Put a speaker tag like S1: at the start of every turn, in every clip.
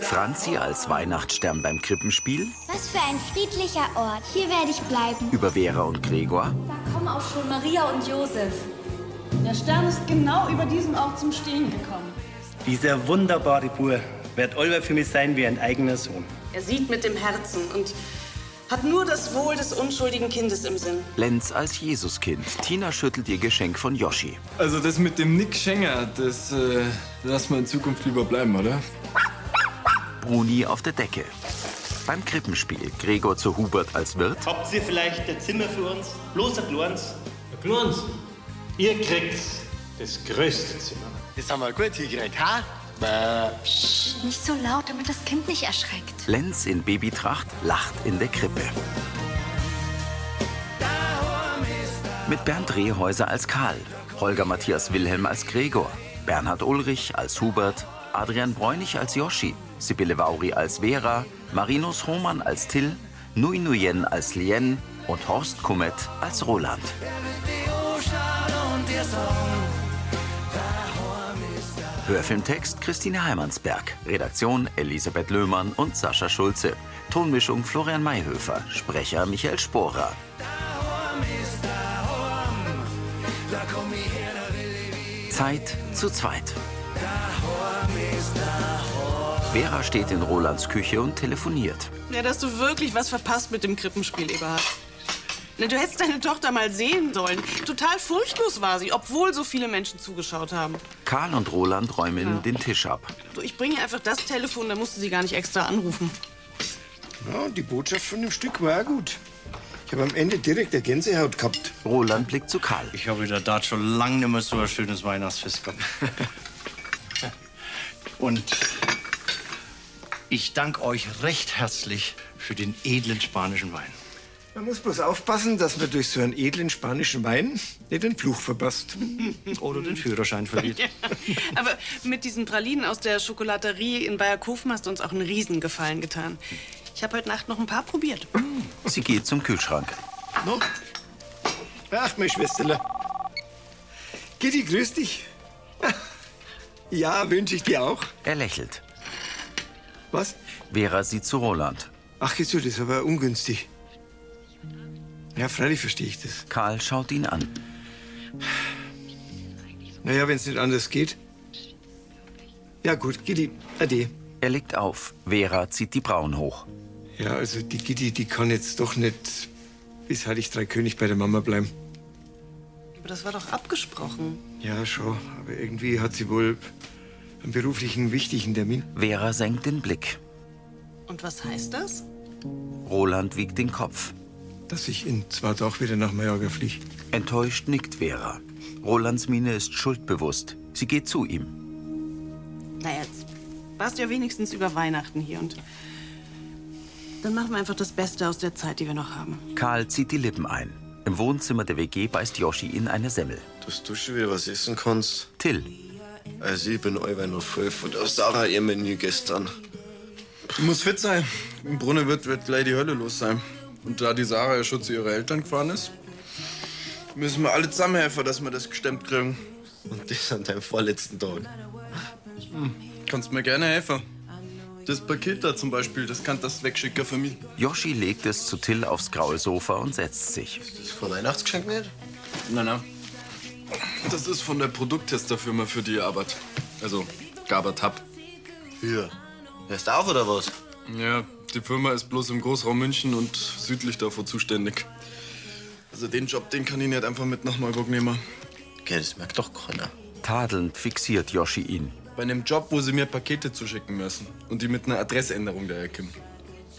S1: Franzi als Weihnachtsstern beim Krippenspiel,
S2: Was für ein friedlicher Ort. Hier werde ich bleiben.
S1: über Vera und Gregor,
S3: Da kommen auch schon Maria und Josef.
S4: Der Stern ist genau über diesem auch zum Stehen gekommen.
S5: Dieser wunderbare Bur wird Oliver für mich sein wie ein eigener Sohn.
S6: Er sieht mit dem Herzen und hat nur das Wohl des unschuldigen Kindes im Sinn.
S1: Lenz als Jesuskind. Tina schüttelt ihr Geschenk von Yoshi.
S7: Also das mit dem Nick Schenger, das äh, lassen wir in Zukunft lieber bleiben, oder?
S1: Bruni auf der Decke. Beim Krippenspiel Gregor zu Hubert als Wirt,
S8: Habt ihr vielleicht ein Zimmer für uns? Bloß ein kleines. Ein kleines? Ihr kriegt das größte Zimmer.
S9: Das haben wir gut hingekriegt, ha? Bäh.
S3: Nicht so laut, damit das Kind nicht erschreckt.
S1: Lenz in Babytracht lacht in der Krippe. Mit Bernd Rehäuser als Karl, Holger Matthias Wilhelm als Gregor, Bernhard Ulrich als Hubert, Adrian Bräunig als Yoshi, Sibylle Vauri als Vera, Marinus Hohmann als Till, Nui Nuyen als Lien und Horst Kummet als Roland. Hörfilmtext Christine Heimansberg. Redaktion Elisabeth Löhmann und Sascha Schulze. Tonmischung Florian Mayhöfer. Sprecher Michael Sporer. Zeit zu zweit. Vera steht in Rolands Küche und telefoniert.
S6: Ja, dass du wirklich was verpasst mit dem Krippenspiel, Eberhard. Na, Du hättest deine Tochter mal sehen sollen. Total furchtlos war sie, obwohl so viele Menschen zugeschaut haben.
S1: Karl und Roland räumen den Tisch ab.
S6: Du, ich bringe ihr einfach das Telefon, da musste sie gar nicht extra anrufen.
S10: Ja, die Botschaft von dem Stück war auch gut. Ich habe am Ende direkt eine Gänsehaut gehabt.
S1: Roland blickt zu Karl.
S8: Ich habe wieder da schon lange nicht mehr so ein schönes Weihnachtsfest gehabt. Und ich danke euch recht herzlich für den edlen spanischen Wein.
S10: Man muss bloß aufpassen, dass man durch so einen edlen spanischen Wein nicht den Fluch verpasst.
S8: Oder den Führerschein verliert.
S6: Aber mit diesen Pralinen aus der Schokolaterie in Bayerkofen hast du uns auch einen Riesengefallen getan. Ich habe heute Nacht noch ein paar probiert.
S1: Sie geht zum Kühlschrank.
S10: No? Ach, mein Schwesterle. Gitti, grüß dich. Ja, wünsche ich dir auch.
S1: Er lächelt.
S10: Was?
S1: Vera sieht zu Roland.
S10: Ach, Jesu, das ist aber ungünstig. Ja, freilich verstehe ich das.
S1: Karl schaut ihn an.
S10: Naja, wenn es nicht anders geht. Ja, gut, Gitti, ade.
S1: Er legt auf. Vera zieht die Brauen hoch.
S10: Ja, also die Gitti, die kann jetzt doch nicht bis Heilig Drei König bei der Mama bleiben.
S6: Aber das war doch abgesprochen.
S10: Ja, schon. Aber irgendwie hat sie wohl einen beruflichen, wichtigen Termin.
S1: Vera senkt den Blick.
S6: Und was heißt das?
S1: Roland wiegt den Kopf.
S10: Dass ich in zwei Tagen wieder nach Mallorca fliege.
S1: Enttäuscht nickt Vera. Rolands Miene ist schuldbewusst. Sie geht zu ihm.
S6: Naja, jetzt warst du ja wenigstens über Weihnachten hier und dann machen wir einfach das Beste aus der Zeit, die wir noch haben.
S1: Karl zieht die Lippen ein. Im Wohnzimmer der WG beißt Yoshi in eine Semmel.
S9: Dass du schon wieder was essen kannst.
S1: Till.
S9: Also ich bin euer noch fünf und auch Sarah ihr Menü gestern.
S7: Du musst fit sein. Im Brunnen wird, wird gleich die Hölle los sein. Und da die Sarah ja schon zu ihrer Eltern gefahren ist, müssen wir alle zusammenhelfen, dass wir das gestemmt kriegen.
S9: Und das an deinem vorletzten Tag.
S7: Hm, Kannst mir gerne helfen. Das Paket da zum Beispiel, das kann das wegschicken für mich.
S1: Yoshi legt es zu Till aufs graue Sofa und setzt sich.
S9: Ist das kein Weihnachtsgeschenk nicht?
S7: Nein, nein. Das ist von der Produkttesterfirma, für die ihr arbeitet. Also, gearbeitet habt.
S9: Hier. Hörst du auf oder was?
S7: Ja, die Firma ist bloß im Großraum München und südlich davor zuständig. Also den Job, den kann ich nicht einfach mit nach Neuburg nehmen.
S9: Okay, das merkt doch keiner.
S1: Tadelnd fixiert Yoshi ihn.
S7: Bei einem Job, wo sie mir Pakete zuschicken müssen und die mit einer Adressänderung daherkommen.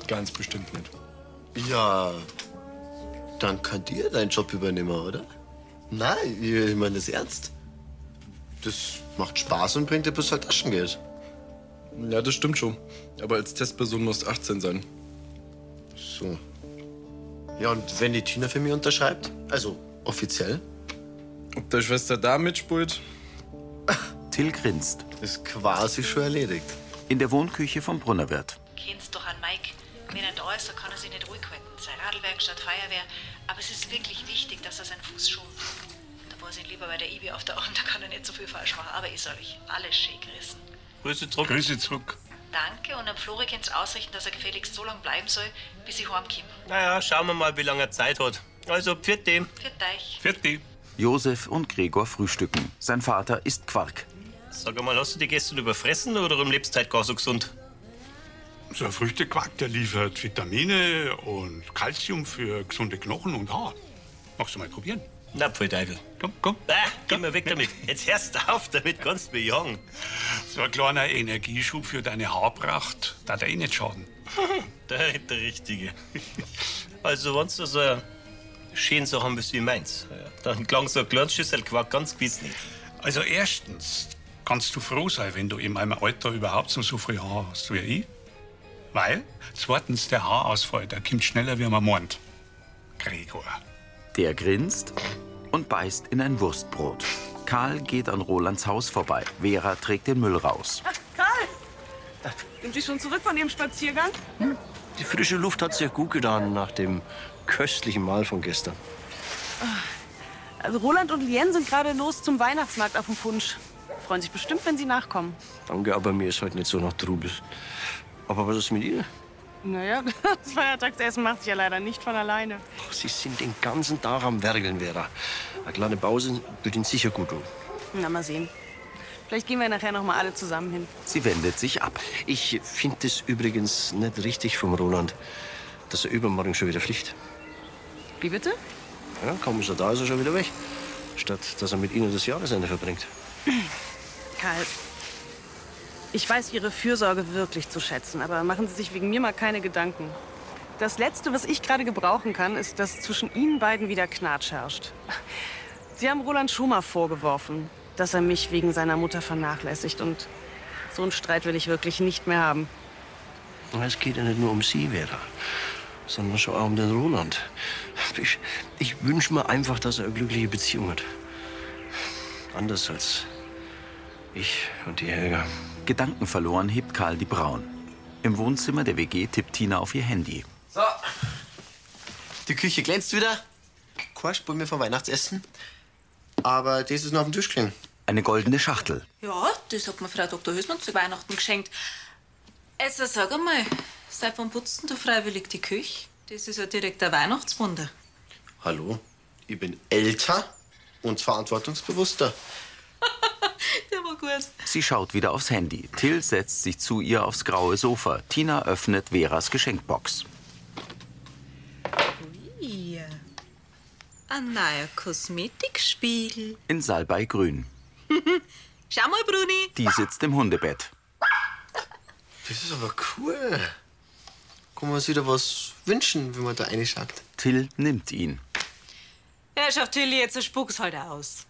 S7: Ganz bestimmt nicht.
S9: Ja, dann kann dir deinen Job übernehmen, oder? Nein, ich ich meine das ernst. Das macht Spaß und bringt dir bloß halt Taschengeld.
S7: Ja, das stimmt schon. Aber als Testperson musst 18 sein.
S9: So. Ja, und wenn die Tina für mich unterschreibt? Also, offiziell?
S7: Ob der Schwester da mitspielt?
S1: Till grinst.
S9: Ist quasi schon erledigt.
S1: In der Wohnküche vom Brunnerwirt.
S11: Kennst doch an Mike. Wenn er da ist, dann kann er sich nicht ruhig halten. Sei Radlwerkstatt, Feuerwehr. Aber es ist wirklich wichtig, dass er seinen Fuß schont. Da war sie lieber bei der Ibi auf der Arm, da kann er nicht so viel falsch machen. Aber ich soll euch alles schön gerissen.
S8: Grüße zurück. Grüße zurück.
S11: Danke und an Florenz ausrichten, dass er gefälligst so lange bleiben soll, bis ich heimkomme.
S12: Naja, schauen wir mal, wie lange er Zeit hat. Also, vierte.
S11: Für dich.
S12: Vierte.
S1: Josef und Gregor frühstücken. Sein Vater isst Quark.
S12: Sag mal, hast du die gestern überfressen oder im Lebenszeit halt gar so gesund?
S13: So ein Früchtequark, der liefert Vitamine und Kalzium für gesunde Knochen und Haar. Magst du mal probieren?
S12: Na, voll Teufel.
S13: Komm, komm.
S12: Ah, geh mal weg damit. Jetzt hörst du auf damit, kannst mich jagen.
S13: So ein kleiner Energieschub für deine Haarpracht, da der eh nicht schaden.
S12: Der, der Richtige. Also, wenn du so eine schöne Sache haben willst wie meins, dann klang so ein kleines Schüssel Quark ganz gewiss nicht.
S13: Also, erstens kannst du froh sein, wenn du in meinem Alter überhaupt so viel Haar hast wie ich. Weil, zweitens, der Haarausfall, der kommt schneller, wie man meint. Gregor.
S1: Der grinst und beißt in ein Wurstbrot. Karl geht an Rolands Haus vorbei. Vera trägt den Müll raus.
S6: Ach, Karl! Sind Sie schon zurück von Ihrem Spaziergang?
S8: Die frische Luft hat sehr gut getan nach dem köstlichen Mahl von gestern.
S6: Also Roland und Lien sind gerade los zum Weihnachtsmarkt auf dem Punsch. Freuen sich bestimmt, wenn Sie nachkommen.
S8: Danke, aber mir ist heute nicht so nach Trubel. Aber was ist mit Ihnen?
S6: Naja, das Feiertagsessen macht sich ja leider nicht von alleine.
S8: Sie sind den ganzen Tag am Werkeln, Vera. Eine kleine Pause tut Ihnen sicher gut tun.
S6: Na, mal sehen. Vielleicht gehen wir nachher noch mal alle zusammen hin.
S1: Sie wendet sich ab.
S8: Ich finde es übrigens nicht richtig vom Roland, dass er übermorgen schon wieder fliegt.
S6: Wie bitte?
S8: Ja, kaum ist er da, ist er schon wieder weg. Statt dass er mit Ihnen das Jahresende verbringt.
S6: Karl, ich weiß Ihre Fürsorge wirklich zu schätzen, aber machen Sie sich wegen mir mal keine Gedanken. Das Letzte, was ich gerade gebrauchen kann, ist, dass zwischen Ihnen beiden wieder Knatsch herrscht. Sie haben Roland schon mal vorgeworfen, dass er mich wegen seiner Mutter vernachlässigt und so einen Streit will ich wirklich nicht mehr haben.
S8: Aber Es geht ja nicht nur um Sie, Vera, sondern schon auch um den Roland. Ich, ich wünsche mir einfach, dass er eine glückliche Beziehung hat. Anders als ich und die Helga.
S1: Gedankenverloren hebt Karl die Brauen. Im Wohnzimmer der WG tippt Tina auf ihr Handy.
S9: So. Die Küche glänzt wieder. Keine Spur mehr vom Weihnachtsessen. Aber das ist noch auf dem Tisch gelegen.
S1: Eine goldene Schachtel.
S14: Ja, das hat mir Frau Dr. Hösmann zu Weihnachten geschenkt. Also sag einmal, seit wann putzt denn du freiwillig die Küche? Das ist ja direkt ein Weihnachtswunder.
S9: Hallo, ich bin älter und verantwortungsbewusster.
S14: Der war gut.
S1: Sie schaut wieder aufs Handy. Till setzt sich zu ihr aufs graue Sofa. Tina öffnet Veras Geschenkbox.
S14: Ja. Ein neuer Kosmetikspiegel.
S1: In Salbeigrün.
S14: Schau mal, Bruni.
S1: Die sitzt im Hundebett.
S9: Das ist
S1: Ah,
S9: aber cool. Kann man sich da was wünschen, wenn man da reinschaut?
S1: Till nimmt ihn.
S14: Herrschaft Tilly, jetzt spuck's halt aus.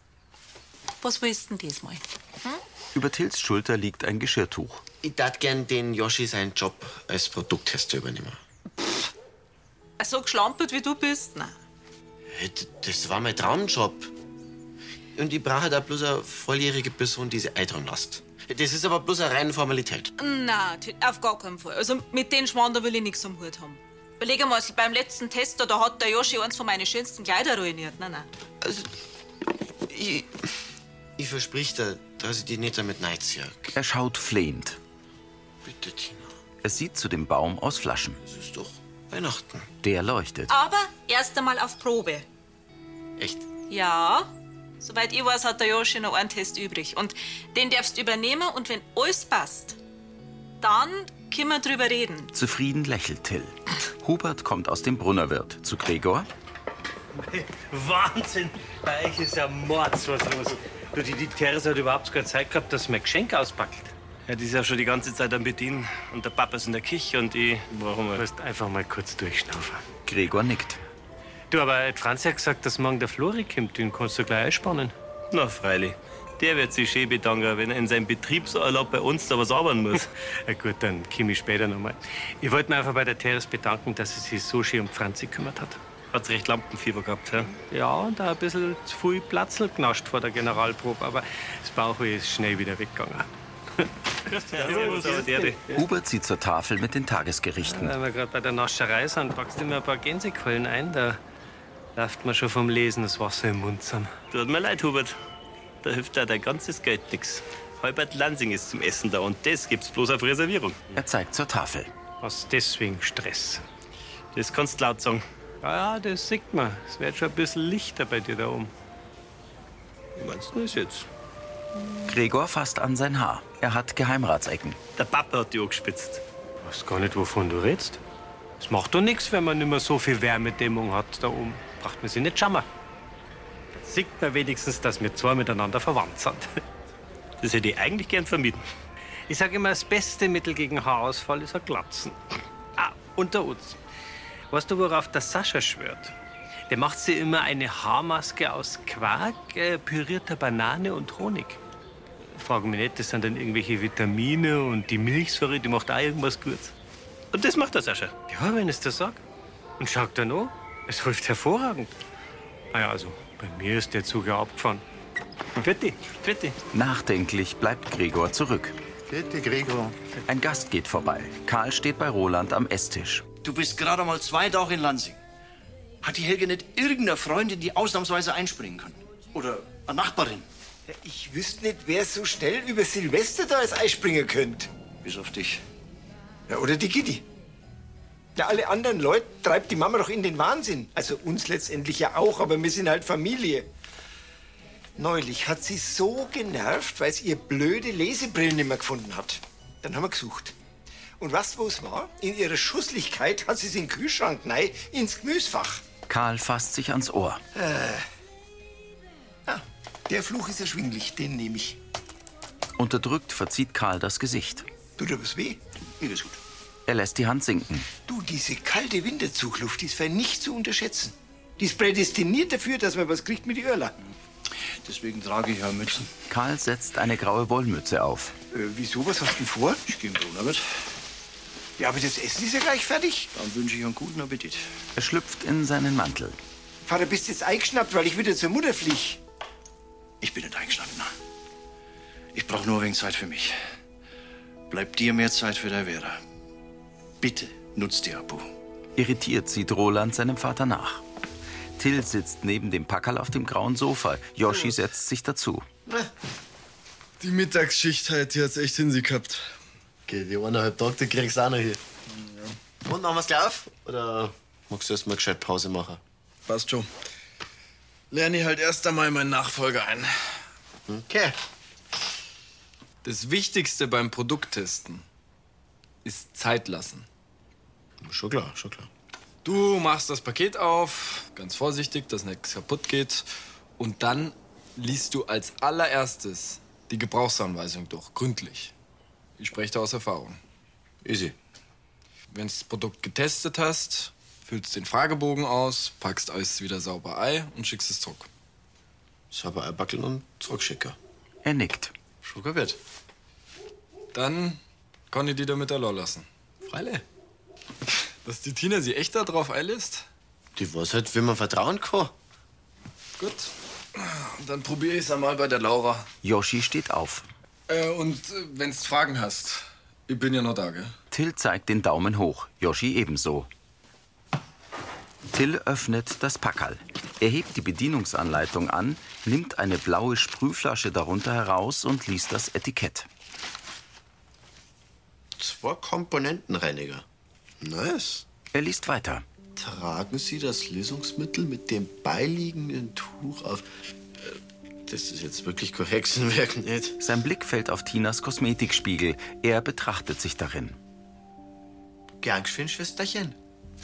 S14: Was willst denn diesmal?
S1: Über Tills Schulter liegt ein Geschirrtuch.
S9: Ich darf gern den Yoshi seinen Job als Produkttester übernehmen.
S14: So geschlampert wie du bist? Nein.
S9: Hey, d- Das war mein Traumjob. Und ich brauche da bloß eine volljährige Person, die sie eintragen lässt. Das ist aber bloß eine reine Formalität.
S14: Nein, Till, auf gar keinen Fall. Also mit den Schwander will ich nichts am Hut haben. Überleg mal, beim letzten Test da hat der Joschi eins von meinen schönsten Kleider ruiniert. Nein, nein.
S9: Ich, ich versprich dir, dass ich dich nicht damit neiziehe.
S1: Er schaut flehend.
S9: Bitte, Tina.
S1: Es sieht zu dem Baum aus Flaschen.
S9: Es ist doch Weihnachten.
S1: Der leuchtet.
S14: Aber erst einmal auf Probe.
S9: Echt?
S14: Ja. Soweit ich weiß, hat der Joschi noch einen Test übrig. Und den darfst du übernehmen und wenn alles passt, dann können wir drüber reden.
S1: Zufrieden lächelt Till. Hubert kommt aus dem Brunnerwirt zu Gregor.
S5: Wahnsinn! Bei euch ist ja Mords was los. Du, die, die Therese hat überhaupt keine Zeit gehabt, dass sie mein Geschenk auspackt.
S12: Ja, die ist ja schon die ganze Zeit am Bedienen. Und der Papa ist in der Küche und ich. Warum? Du
S5: musst einfach mal kurz durchschnaufen.
S1: Gregor nickt.
S5: Du, aber die Franzi hat gesagt, dass morgen der Flori kommt. Den kannst du gleich einspannen.
S12: Na, freilich. Der wird sich schön bedanken, wenn er in seinem Betriebsurlaub bei uns da was arbeiten muss.
S5: Ja gut, dann komme ich später nochmal. Ich wollte mich einfach bei der Therese bedanken, dass sie sich so schön um Franzi gekümmert hat.
S12: Hat's recht Lampenfieber gehabt, hä?
S5: Ja, und da ein bisschen zu viel Platzl genascht vor der Generalprobe, aber das Bauchweh ist schnell wieder weggegangen.
S12: Servus, aber der, die-
S1: Hubert zieht zur Tafel mit den Tagesgerichten.
S5: Wenn wir gerade bei der Nascherei sind, packst du mir ein paar Gänsekeulen ein. Da läuft mir schon vom Lesen das Wasser im Mund zusammen.
S12: Tut mir leid, Hubert. Da hilft dir dein ganzes Geld nix. Heubert Lansing ist zum Essen da und das gibt's bloß auf Reservierung.
S1: Er zeigt zur Tafel.
S12: Was deswegen Stress? Das kannst du laut sagen.
S5: Ah Ja, ja, das sieht man. Es wird schon ein bisschen lichter bei dir da oben.
S12: Wie meinst du das jetzt?
S1: Gregor fasst an sein Haar. Er hat Geheimratsecken.
S12: Der Papa hat die angespitzt.
S5: Ich weiß gar nicht, wovon du redst. Es macht doch nichts, wenn man nicht mehr so viel Wärmedämmung hat da oben. Braucht man sie nicht schammer. Sieht man wenigstens, dass wir zwei miteinander verwandt sind.
S12: Das hätte ich eigentlich gern vermieden.
S5: Ich sage immer, das beste Mittel gegen Haarausfall ist ein Glatzen. Ah, unter uns. Weißt du, worauf der Sascha schwört? Der macht sich immer eine Haarmaske aus Quark, äh, pürierter Banane und Honig. Fragen mich nicht, das sind dann irgendwelche Vitamine und die Milchsäure, die macht auch irgendwas gut. Und das macht der Sascha? Ja, wenn es das sagt. Und schaut dann an, es hilft hervorragend. Naja, also, bei mir ist der Zug ja abgefahren. Bitte, bitte.
S1: Nachdenklich bleibt Gregor zurück.
S10: Bitte, Gregor.
S1: Ein Gast geht vorbei. Karl steht bei Roland am Esstisch.
S15: Du bist gerade mal zwei Tage in Lansing. Hat die Helge nicht irgendeine Freundin, die ausnahmsweise einspringen kann? Oder eine Nachbarin?
S10: Ich wüsste nicht, wer so schnell über Silvester da als einspringen könnte.
S15: Bis auf dich.
S10: Ja, oder die Kitty. Ja, alle anderen Leute treibt die Mama doch in den Wahnsinn. Also uns letztendlich ja auch, aber wir sind halt Familie. Neulich hat sie so genervt, weil sie ihr blöde Lesebrille nicht mehr gefunden hat. Dann haben wir gesucht. Und was wo's war? In ihrer Schusslichkeit hat sie es in den Kühlschrank nein, ins Gemüsefach.
S1: Karl fasst sich ans Ohr.
S10: Äh. Ah, der Fluch ist erschwinglich, den nehme ich.
S1: Unterdrückt verzieht Karl das Gesicht.
S10: Tut dir was weh?
S15: Mir ist gut.
S1: Er lässt die Hand sinken.
S10: Du, diese kalte Winterzugluft, die ist für nicht zu unterschätzen. Die ist prädestiniert dafür, dass man was kriegt mit den Öhrler.
S15: Deswegen trage ich ja Mützen.
S1: Karl setzt eine graue Wollmütze auf.
S10: Äh, wieso? Was hast du denn vor?
S15: Ich gehe im Donnerwirt.
S10: Ja, aber das Essen ist ja gleich fertig.
S15: Dann wünsche ich einen guten Appetit.
S1: Er schlüpft in seinen Mantel.
S10: Vater, bist jetzt eingeschnappt, weil ich wieder zur Mutter flieg.
S15: Ich bin nicht eingeschnappt, nein. Ich brauche nur ein wenig Zeit für mich. Bleibt dir mehr Zeit für der Vera. Bitte nutzt die Abu.
S1: Irritiert sieht Roland seinem Vater nach. Till sitzt neben dem Packerl auf dem grauen Sofa. Yoshi setzt sich dazu.
S16: Die Mittagsschicht heute, die hat's echt in sie gehabt.
S9: Okay, die eineinhalb Tage, die kriegst du auch noch hier. Und machen wir's gleich auf? Oder magst du erst mal gescheit Pause machen?
S16: Passt schon. Lerne ich halt erst einmal meinen Nachfolger ein.
S9: Okay.
S7: Das Wichtigste beim Produkttesten ist Zeit lassen.
S9: Schon klar, schon klar.
S7: Du machst das Paket auf, ganz vorsichtig, dass nichts kaputt geht. Und dann liest du als allererstes die Gebrauchsanweisung durch, gründlich. Ich spreche da aus Erfahrung.
S9: Easy.
S7: Wenn du das Produkt getestet hast, füllst den Fragebogen aus, packst alles wieder sauber ei und schickst es zurück.
S9: Sauber einbackeln und zurückschicken.
S1: Er nickt.
S7: Schon wird. Dann kann ich die damit allein lassen.
S9: Freile.
S7: Dass die Tina sie echt da drauf einlässt?
S9: Die weiß halt, wie man vertrauen kann.
S7: Gut. Dann probiere ich es einmal bei der Laura.
S1: Yoshi steht auf.
S7: Äh, und äh, wenn du Fragen hast, ich bin ja noch da, gell?
S1: Till zeigt den Daumen hoch, Yoshi ebenso. Till öffnet das Packerl. Er hebt die Bedienungsanleitung an, nimmt eine blaue Sprühflasche darunter heraus und liest das Etikett.
S9: Zwei Komponentenreiniger. Nice.
S1: Er liest weiter.
S9: Tragen Sie das Lösungsmittel mit dem beiliegenden Tuch auf. Äh, Das ist jetzt wirklich kein Hexenwerk, nicht?
S1: Sein Blick fällt auf Tinas Kosmetikspiegel. Er betrachtet sich darin.
S9: Gern geschwind, Schwesterchen.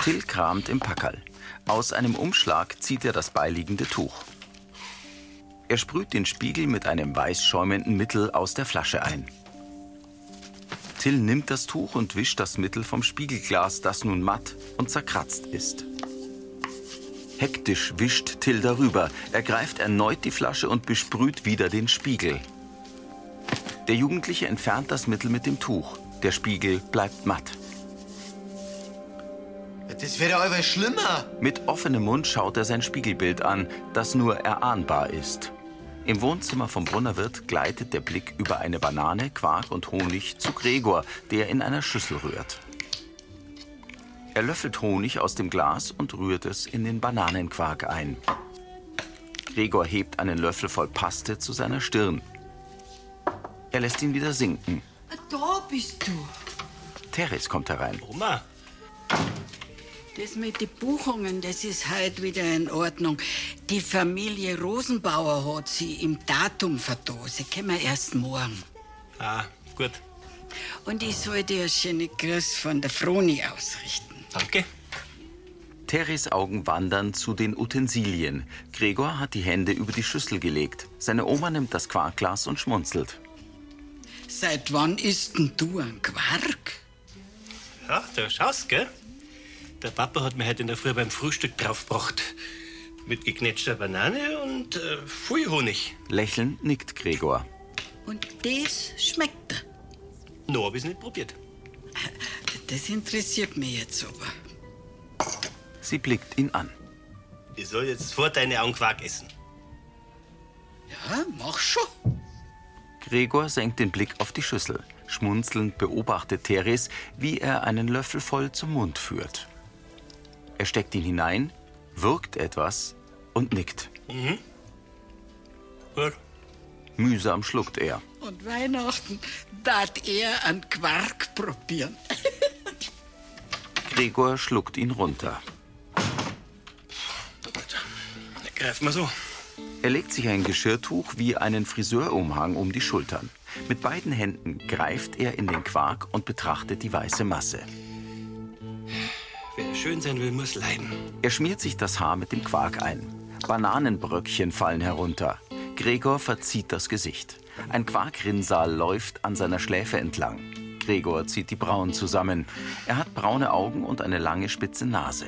S1: Till kramt im Packerl. Aus einem Umschlag zieht er das beiliegende Tuch. Er sprüht den Spiegel mit einem weiß schäumenden Mittel aus der Flasche ein. Till nimmt das Tuch und wischt das Mittel vom Spiegelglas, das nun matt und zerkratzt ist. Hektisch wischt Till darüber. Er greift erneut die Flasche und besprüht wieder den Spiegel. Der Jugendliche entfernt das Mittel mit dem Tuch. Der Spiegel bleibt matt.
S9: Das wäre ja euer schlimmer.
S1: Mit offenem Mund schaut er sein Spiegelbild an, das nur erahnbar ist. Im Wohnzimmer vom Brunnerwirt gleitet der Blick über eine Banane, Quark und Honig zu Gregor, der in einer Schüssel rührt. Er löffelt Honig aus dem Glas und rührt es in den Bananenquark ein. Gregor hebt einen Löffel voll Paste zu seiner Stirn. Er lässt ihn wieder sinken.
S17: Da bist du.
S1: Teres kommt herein.
S17: Oh,
S1: Oma.
S17: Das mit den Buchungen, das ist heute wieder in Ordnung. Die Familie Rosenbauer hat sie im Datum verdose. Können wir erst morgen.
S12: Ah, gut.
S17: Und ich soll dir einen schönen Gruß von der Froni ausrichten.
S12: Danke.
S1: Teres Augen wandern zu den Utensilien. Gregor hat die Hände über die Schüssel gelegt. Seine Oma nimmt das Quarkglas und schmunzelt.
S17: Seit wann isst denn du ein Quark?
S12: Ja, du schaust, gell?
S18: Der Papa hat mir heute in der Früh beim Frühstück draufgebracht. Mit geknetschter Banane und äh, viel Honig.
S1: Lächelnd nickt Gregor.
S17: Und das schmeckt dir.
S18: Noch hab ich's nicht probiert.
S17: Das interessiert mich jetzt aber.
S1: Sie blickt ihn an.
S18: Ich soll jetzt vor deine Augen Quark essen.
S17: Ja, mach schon.
S1: Gregor senkt den Blick auf die Schüssel. Schmunzelnd beobachtet Teres, wie er einen Löffel voll zum Mund führt. Er steckt ihn hinein, wirkt etwas und nickt.
S18: Mhm. Gut.
S1: Mühsam schluckt er.
S17: Und Weihnachten darf er einen Quark probieren.
S1: Gregor schluckt ihn runter.
S18: Greif mal so.
S1: Er legt sich ein Geschirrtuch wie einen Friseurumhang um die Schultern. Mit beiden Händen greift er in den Quark und betrachtet die weiße Masse.
S18: Wer schön sein will, muss leiden.
S1: Er schmiert sich das Haar mit dem Quark ein. Bananenbröckchen fallen herunter. Gregor verzieht das Gesicht. Ein Quarkrinnsal läuft an seiner Schläfe entlang. Gregor zieht die Brauen zusammen. Er hat braune Augen und eine lange spitze Nase.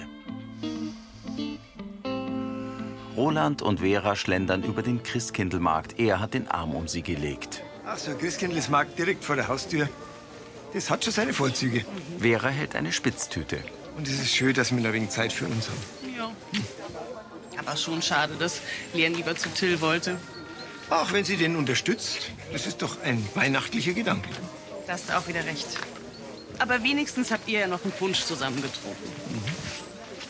S1: Roland und Vera schlendern über den Christkindlmarkt. Er hat den Arm um sie gelegt.
S10: Ach so, Christkindlesmarkt direkt vor der Haustür. Das hat schon seine Vorzüge.
S1: Vera hält eine Spitztüte.
S10: Und es ist schön, dass wir noch ein wenig Zeit für uns haben.
S6: Ja. Aber schon schade, dass Leon lieber zu Till wollte.
S10: Auch wenn sie den unterstützt, das ist doch ein weihnachtlicher Gedanke.
S6: Da hast du auch wieder recht. Aber wenigstens habt ihr ja noch einen Punsch zusammengetrunken.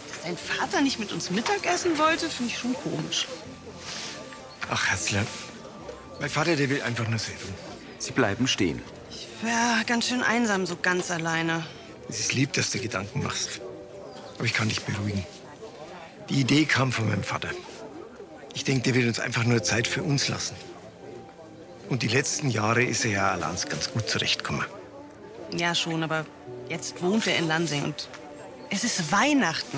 S6: Dass dein Vater nicht mit uns Mittagessen wollte, finde ich schon komisch.
S10: Ach, Herzler, mein Vater, der will einfach nur selber.
S1: Sie bleiben stehen.
S6: Ja, ganz schön einsam, so ganz alleine.
S10: Es ist lieb, dass du Gedanken machst. Aber ich kann dich beruhigen. Die Idee kam von meinem Vater. Ich denke, der will uns einfach nur Zeit für uns lassen. Und die letzten Jahre ist er ja allein ganz gut zurechtgekommen.
S6: Ja, schon, aber jetzt wohnt er in Lansing und es ist Weihnachten.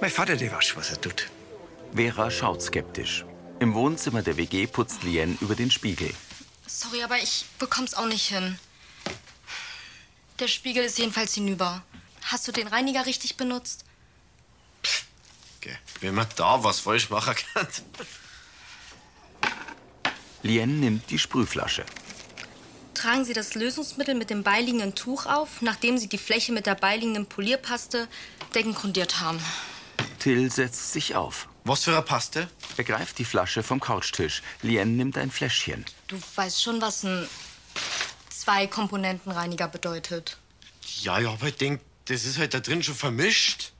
S10: Mein Vater, der weiß schon, was er tut.
S1: Vera schaut skeptisch. Im Wohnzimmer der WG putzt Lien über den Spiegel.
S3: Sorry, aber ich bekomm's auch nicht hin. Der Spiegel ist jedenfalls hinüber. Hast du den Reiniger richtig benutzt?
S9: Wenn man da was falsch machen kann.
S1: Lien nimmt die Sprühflasche.
S3: Tragen Sie das Lösungsmittel mit dem beiliegenden Tuch auf, nachdem Sie die Fläche mit der beiliegenden Polierpaste deckengrundiert haben.
S1: Till setzt sich auf.
S9: Was für eine Paste?
S1: Er greift die Flasche vom Couchtisch. Lien nimmt ein Fläschchen.
S3: Du weißt schon, was ein Zwei-Komponenten-Reiniger bedeutet.
S9: Ja, ja, aber ich denk, das ist halt da drin schon vermischt.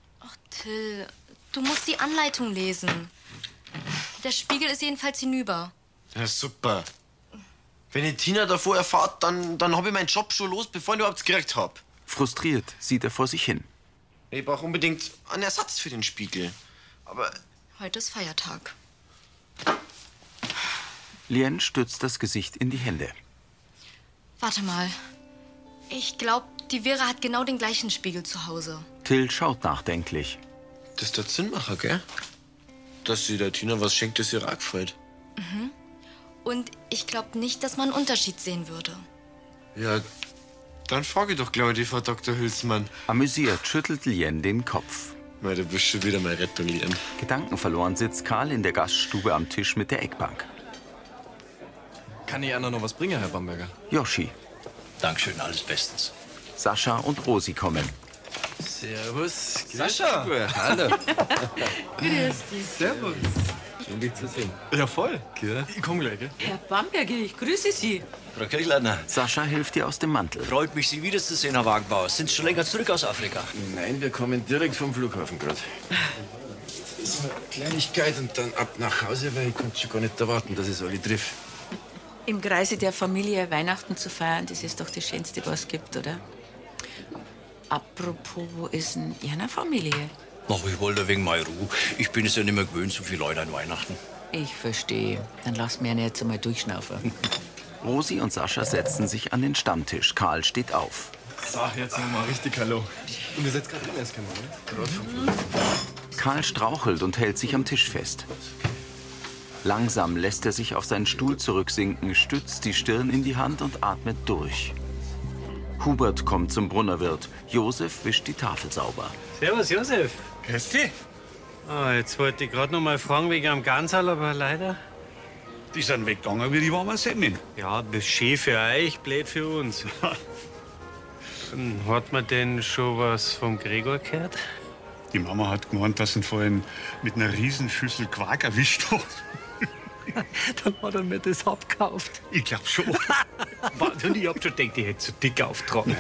S3: Till, du musst die Anleitung lesen. Der Spiegel ist jedenfalls hinüber.
S9: Ja, super. Wenn die Tina davor erfahrt, dann, dann hab ich meinen Job schon los, bevor ich überhaupt gekriegt hab.
S1: Frustriert sieht er vor sich hin.
S9: Ich brauche unbedingt einen Ersatz für den Spiegel. Aber
S3: Heute ist Feiertag.
S1: Lien stützt das Gesicht in die Hände.
S3: Warte mal. Ich glaube, die Vera hat genau den gleichen Spiegel zu Hause.
S1: Till schaut nachdenklich.
S9: das ist der Sinnmacher, gell? Dass sie der Tina was schenkt, das ihr auch gefällt.
S3: Mhm. Und ich glaube nicht, dass man einen Unterschied sehen würde.
S9: Ja, dann frage ich doch gleich die Frau Dr. Hülsmann.
S1: Amüsiert schüttelt Lien den Kopf.
S9: Na, du bist schon wieder meine Rettung, Lien.
S1: Gedankenverloren sitzt Karl in der Gaststube am Tisch mit der Eckbank.
S7: Kann ich einer noch was bringen, Herr Bamberger?
S1: Yoshi,
S7: Dankeschön, alles bestens.
S1: Sascha und Rosi kommen.
S7: Servus. Sascha. Hallo.
S19: Grüß dich.
S7: Servus. Schön, dich zu sehen. Ja, voll. Ich komm gleich, gell?
S19: Herr Bamberger, ich grüße Sie.
S20: Frau Kirchleitner.
S1: Sascha hilft ihr aus dem Mantel.
S20: Freut mich, Sie wiederzusehen, Herr Wagenbauer. Sind Sie schon länger zurück aus Afrika? Nein, wir kommen direkt vom Flughafen gerade. Das ist eine Kleinigkeit und dann ab nach Hause, weil ich konnte schon gar nicht erwarten, dass es alle trifft.
S19: Im Kreise der Familie Weihnachten zu feiern, das ist doch das Schönste, was es gibt, oder? Apropos, wo ist denn Ihre Familie?
S20: Ach, ich wollte wegen meiner Ruhe. Ich bin es ja nicht mehr gewöhnt, so viele Leute an Weihnachten.
S19: Ich verstehe. Dann lass mir jetzt einmal durchschnaufen.
S1: Rosi und Sascha setzen sich an den Stammtisch. Karl steht auf.
S7: So, jetzt nochmal richtig Hallo. Und ihr seid gerade drin erst genau,
S1: Karl strauchelt und hält sich am Tisch fest. Langsam lässt er sich auf seinen Stuhl zurücksinken, stützt die Stirn in die Hand und atmet durch. Hubert kommt zum Brunnerwirt. Josef wischt die Tafel sauber.
S5: Servus, Josef. Grüß dich. Ah, jetzt wollte ich gerade noch mal fragen wegen am Ganserl, aber leider. Die sind weggegangen, wie die waren wir Semmeln. Ja, Beschee für euch, blöd für uns. Ähm, Hat man denn schon was vom Gregor gehört?
S13: Die Mama hat gemeint, dass ihn vorhin mit einer Riesenschüssel Quark erwischt hat.
S5: Dann hat er mir das abgekauft.
S13: Ich glaub schon.
S5: Und ich hab schon gedacht, ich hätte zu dick auftragen.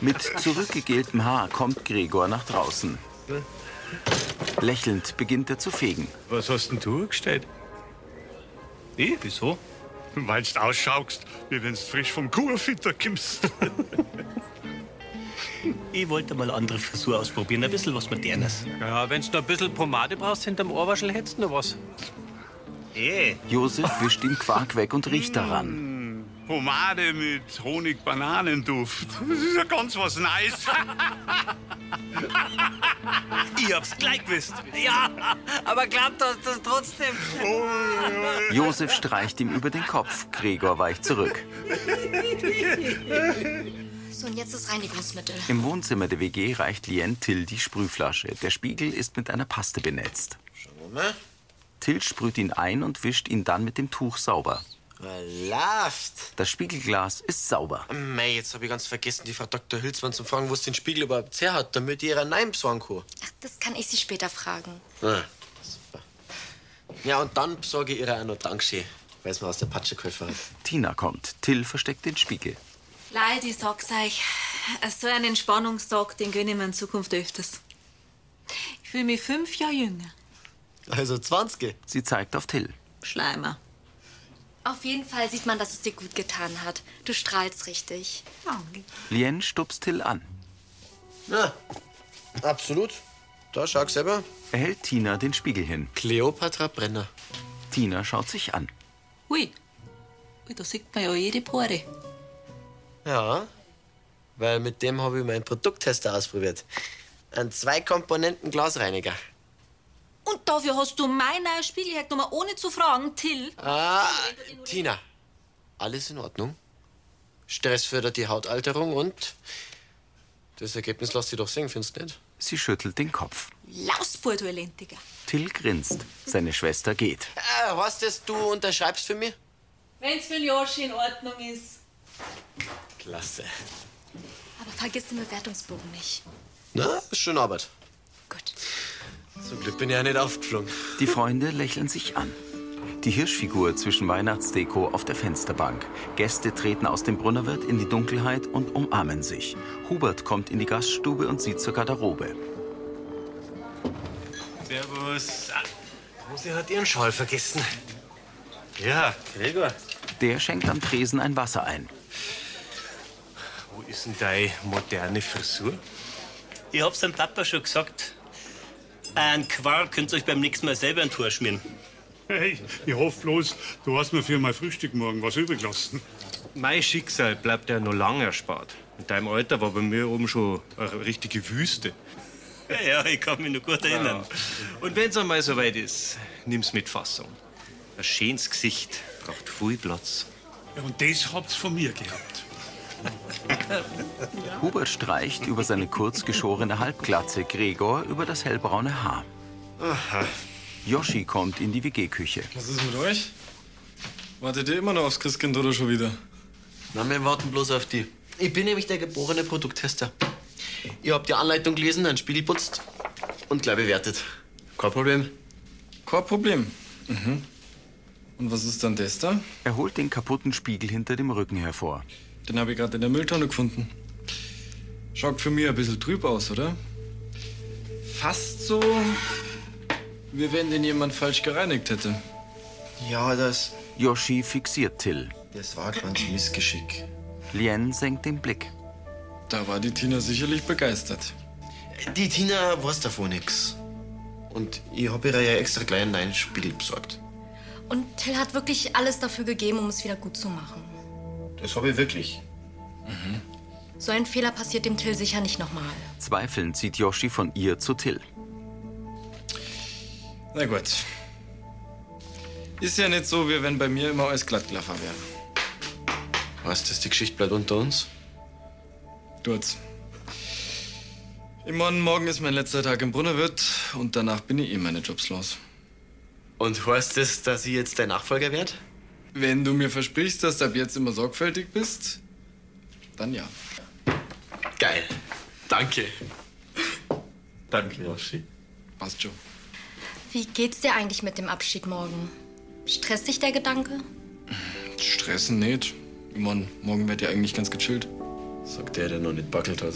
S1: Mit zurückgegeltem Haar kommt Gregor nach draußen. Lächelnd beginnt er zu fegen.
S13: Was hast denn du gestellt? Ich? Wieso? Weil du ausschaust, wie wenn du frisch vom Kurfitter kommst.
S18: Ich wollte mal andere Frisur ausprobieren, ein bisschen was Modernes.
S5: Ja, wenn du ein bisschen Pomade brauchst hinterm Ohrwaschel, hättest du noch was.
S18: Eh.
S1: Josef wischt den Quark weg und riecht daran.
S13: Pomade mit Honig-Bananenduft. Das ist ja ganz was Neues.
S18: Ich hab's gleich gewusst.
S19: Ja, aber glaubt das, das trotzdem.
S1: Josef streicht ihm über den Kopf. Gregor weicht zurück.
S3: So, und jetzt das Reinigungsmittel.
S1: Im Wohnzimmer der WG reicht Lien Till die Sprühflasche. Der Spiegel ist mit einer Paste benetzt.
S9: Mama?
S1: Till sprüht ihn ein und wischt ihn dann mit dem Tuch sauber.
S9: Laft!
S1: Das Spiegelglas ist sauber.
S9: Mei, jetzt hab ich ganz vergessen, die Frau Dr. Hülsmann zu fragen, wo es den Spiegel überhaupt her hat, damit ich ihre Nein besorgen kann.
S3: Das kann ich Sie später fragen.
S9: Ah, super. Ja, und dann besorge ich ihr auch noch Dankeschön, weil es mir aus der Patsche geholfen hat.
S1: Tina kommt. Till versteckt den Spiegel.
S14: Leid, ich sag's euch, so einen Entspannungstag, den gönne ich mir in Zukunft öfters. Ich fühle mich fünf Jahre jünger.
S1: Also 20. Sie zeigt auf Till.
S14: Schleimer.
S3: Auf jeden Fall sieht man, dass es dir gut getan hat. Du strahlst richtig.
S1: Lien stupst Till an.
S9: Ja, absolut. Da schau selber.
S1: Er hält Tina den Spiegel hin.
S9: Kleopatra Brenner.
S1: Tina schaut sich an.
S14: Hui. Ui, da sieht man ja jede Pore.
S9: Ja, weil mit dem habe ich meinen Produkttester ausprobiert. Ein Zwei-Komponenten-Glasreiniger.
S14: Und dafür hast du mein neues Spiel hergenommen, ohne zu fragen, Till.
S9: Ah, Tina, alles in Ordnung? Stress fördert die Hautalterung und das Ergebnis lässt sie doch sehen, findest du nicht?
S1: Sie schüttelt den Kopf.
S14: Lausbur, du Elendiger.
S1: Till grinst. Seine Schwester geht.
S9: Äh, was das du unterschreibst für mich?
S14: Wenn's für den Joschi in Ordnung ist.
S9: Klasse.
S3: Aber vergiss den Bewertungsbogen nicht.
S9: Na, ist schon Arbeit. Gut. Zum Glück bin ich ja nicht aufgeflogen.
S1: Die Freunde lächeln sich an. Die Hirschfigur zwischen Weihnachtsdeko auf der Fensterbank. Gäste treten aus dem Brunnerwirt in die Dunkelheit und umarmen sich. Hubert kommt in die Gaststube und sieht zur Garderobe.
S18: Servus. Ah, Rosi hat ihren Schal vergessen. Ja, Gregor.
S1: Der schenkt am Tresen ein Wasser ein.
S18: Wo ist denn deine moderne Frisur? Ich hab's dem Papa schon gesagt. Ein Quark könnt ihr euch beim nächsten Mal selber ein Tor schmieren.
S13: Hey, ich hoffe bloß, du hast mir für mein Frühstück morgen was übrig gelassen.
S5: Mein Schicksal bleibt ja noch lange erspart. In deinem Alter war bei mir oben schon eine richtige Wüste.
S18: Ja, ja, ich kann mich noch gut erinnern.
S5: Genau. Und wenn's einmal soweit ist, nimm's mit Fassung. Ein schönes Gesicht braucht viel Platz.
S13: Ja, und das habt's von mir gehabt.
S1: Hubert streicht über seine kurz geschorene Halbglatze, Gregor über das hellbraune Haar.
S7: Aha.
S1: Yoshi kommt in die WG-Küche.
S7: Was ist mit euch? Wartet ihr immer noch aufs Christkind oder schon wieder?
S9: Na, wir warten bloß auf die. Ich bin nämlich der geborene Produkttester. Ihr habt die Anleitung gelesen, einen Spiegel putzt und gleich bewertet. Kein Problem.
S7: Kein Problem. Mhm. Und was ist dann das da?
S1: Er holt den kaputten Spiegel hinter dem Rücken hervor.
S7: Den habe ich gerade in der Mülltonne gefunden. Schaut für mich ein bisschen trüb aus, oder? Fast so, wie wenn den jemand falsch gereinigt hätte.
S9: Ja, das.
S1: Yoshi fixiert Till.
S9: Das war ganz Missgeschick.
S1: Lien senkt den Blick.
S7: Da war die Tina sicherlich begeistert.
S9: Die Tina weiß davon nix. Und ich hab ihr ja extra gleich einen neuen Spiegel besorgt.
S3: Und Till hat wirklich alles dafür gegeben, um es wieder gut zu machen.
S9: Das hab ich wirklich.
S1: Mhm.
S3: So ein Fehler passiert dem Till sicher nicht nochmal.
S1: Zweifelnd zieht Yoshi von ihr zu Till.
S7: Na gut. Ist ja nicht so, wie wenn bei mir immer alles glattklaffer wäre.
S9: Weißt du, die Geschichte bleibt unter uns?
S7: Tut's. Ich mein, morgen ist mein letzter Tag im Brunnerwirt und danach bin ich eh meine Jobs los.
S9: Und heißt das, dass ich jetzt dein Nachfolger werde?
S7: Wenn du mir versprichst, dass du ab jetzt immer sorgfältig bist, dann ja.
S9: Geil. Danke. Danke, Yoshi.
S7: Passt schon.
S3: Wie geht's dir eigentlich mit dem Abschied morgen? Stresst dich der Gedanke?
S7: Stressen nicht. Ich mein, morgen werd ja eigentlich ganz gechillt.
S9: Sagt der, der noch nicht backelt hat.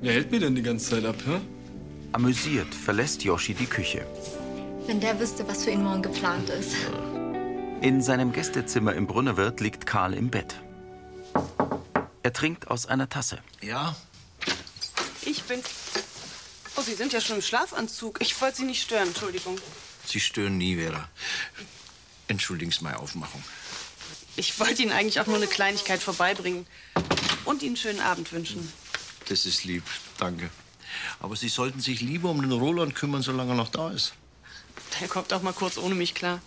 S7: Wer hält mir denn die ganze Zeit ab, hä?
S1: Amüsiert verlässt Yoshi die Küche.
S3: Wenn der wüsste, was für ihn morgen geplant ist.
S1: In seinem Gästezimmer im Brunnerwirt liegt Karl im Bett. Er trinkt aus einer Tasse.
S7: Ja?
S6: Ich bin. Oh, Sie sind ja schon im Schlafanzug. Ich wollte Sie nicht stören, Entschuldigung.
S8: Sie stören nie, Vera. Entschuldigen's meine Aufmachung.
S6: Ich wollte Ihnen eigentlich auch nur eine Kleinigkeit vorbeibringen und Ihnen einen schönen Abend wünschen.
S8: Das ist lieb, danke. Aber Sie sollten sich lieber um den Roland kümmern, solange er noch da ist.
S6: Der kommt auch mal kurz ohne mich klar.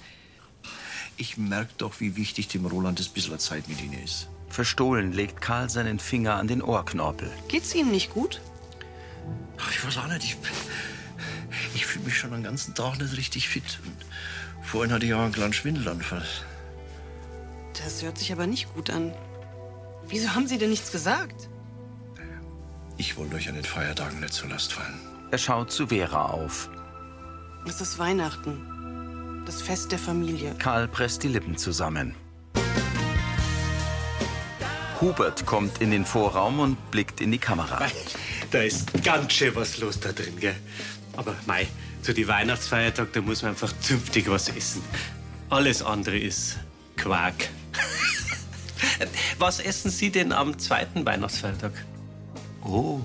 S8: Ich merke doch, wie wichtig dem Roland das bisschen Zeit mit Ihnen ist.
S1: Verstohlen legt Karl seinen Finger an den Ohrknorpel.
S6: Geht's Ihnen nicht gut?
S8: Ach, ich weiß auch nicht, ich, ich fühle mich schon den ganzen Tag nicht richtig fit. Und vorhin hatte ich auch einen kleinen Schwindelanfall.
S6: Das hört sich aber nicht gut an. Wieso haben Sie denn nichts gesagt?
S8: Ich wollte euch an den Feiertagen nicht zur Last fallen.
S1: Er schaut zu Vera auf.
S6: Es ist Weihnachten. Das Fest der Familie.
S1: Karl presst die Lippen zusammen. Hubert kommt in den Vorraum und blickt in die Kamera.
S5: Da ist ganz schön was los da drin, gell? Aber mei, zu die Weihnachtsfeiertag, da muss man einfach zünftig was essen. Alles andere ist Quark. was essen Sie denn am zweiten Weihnachtsfeiertag?
S1: Oh,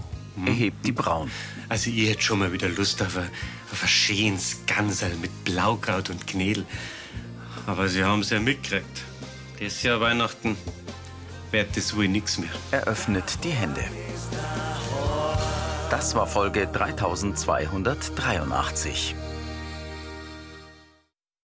S1: er hebt die Brauen.
S5: hm. Also ich hätte schon mal wieder Lust auf ein, auf ein schönes Ganserl mit Blaukraut und Knädel. Aber Sie haben es ja mitgekriegt. Das Jahr Weihnachten wird das wohl nichts mehr.
S1: Er öffnet die Hände. Das war Folge 3283.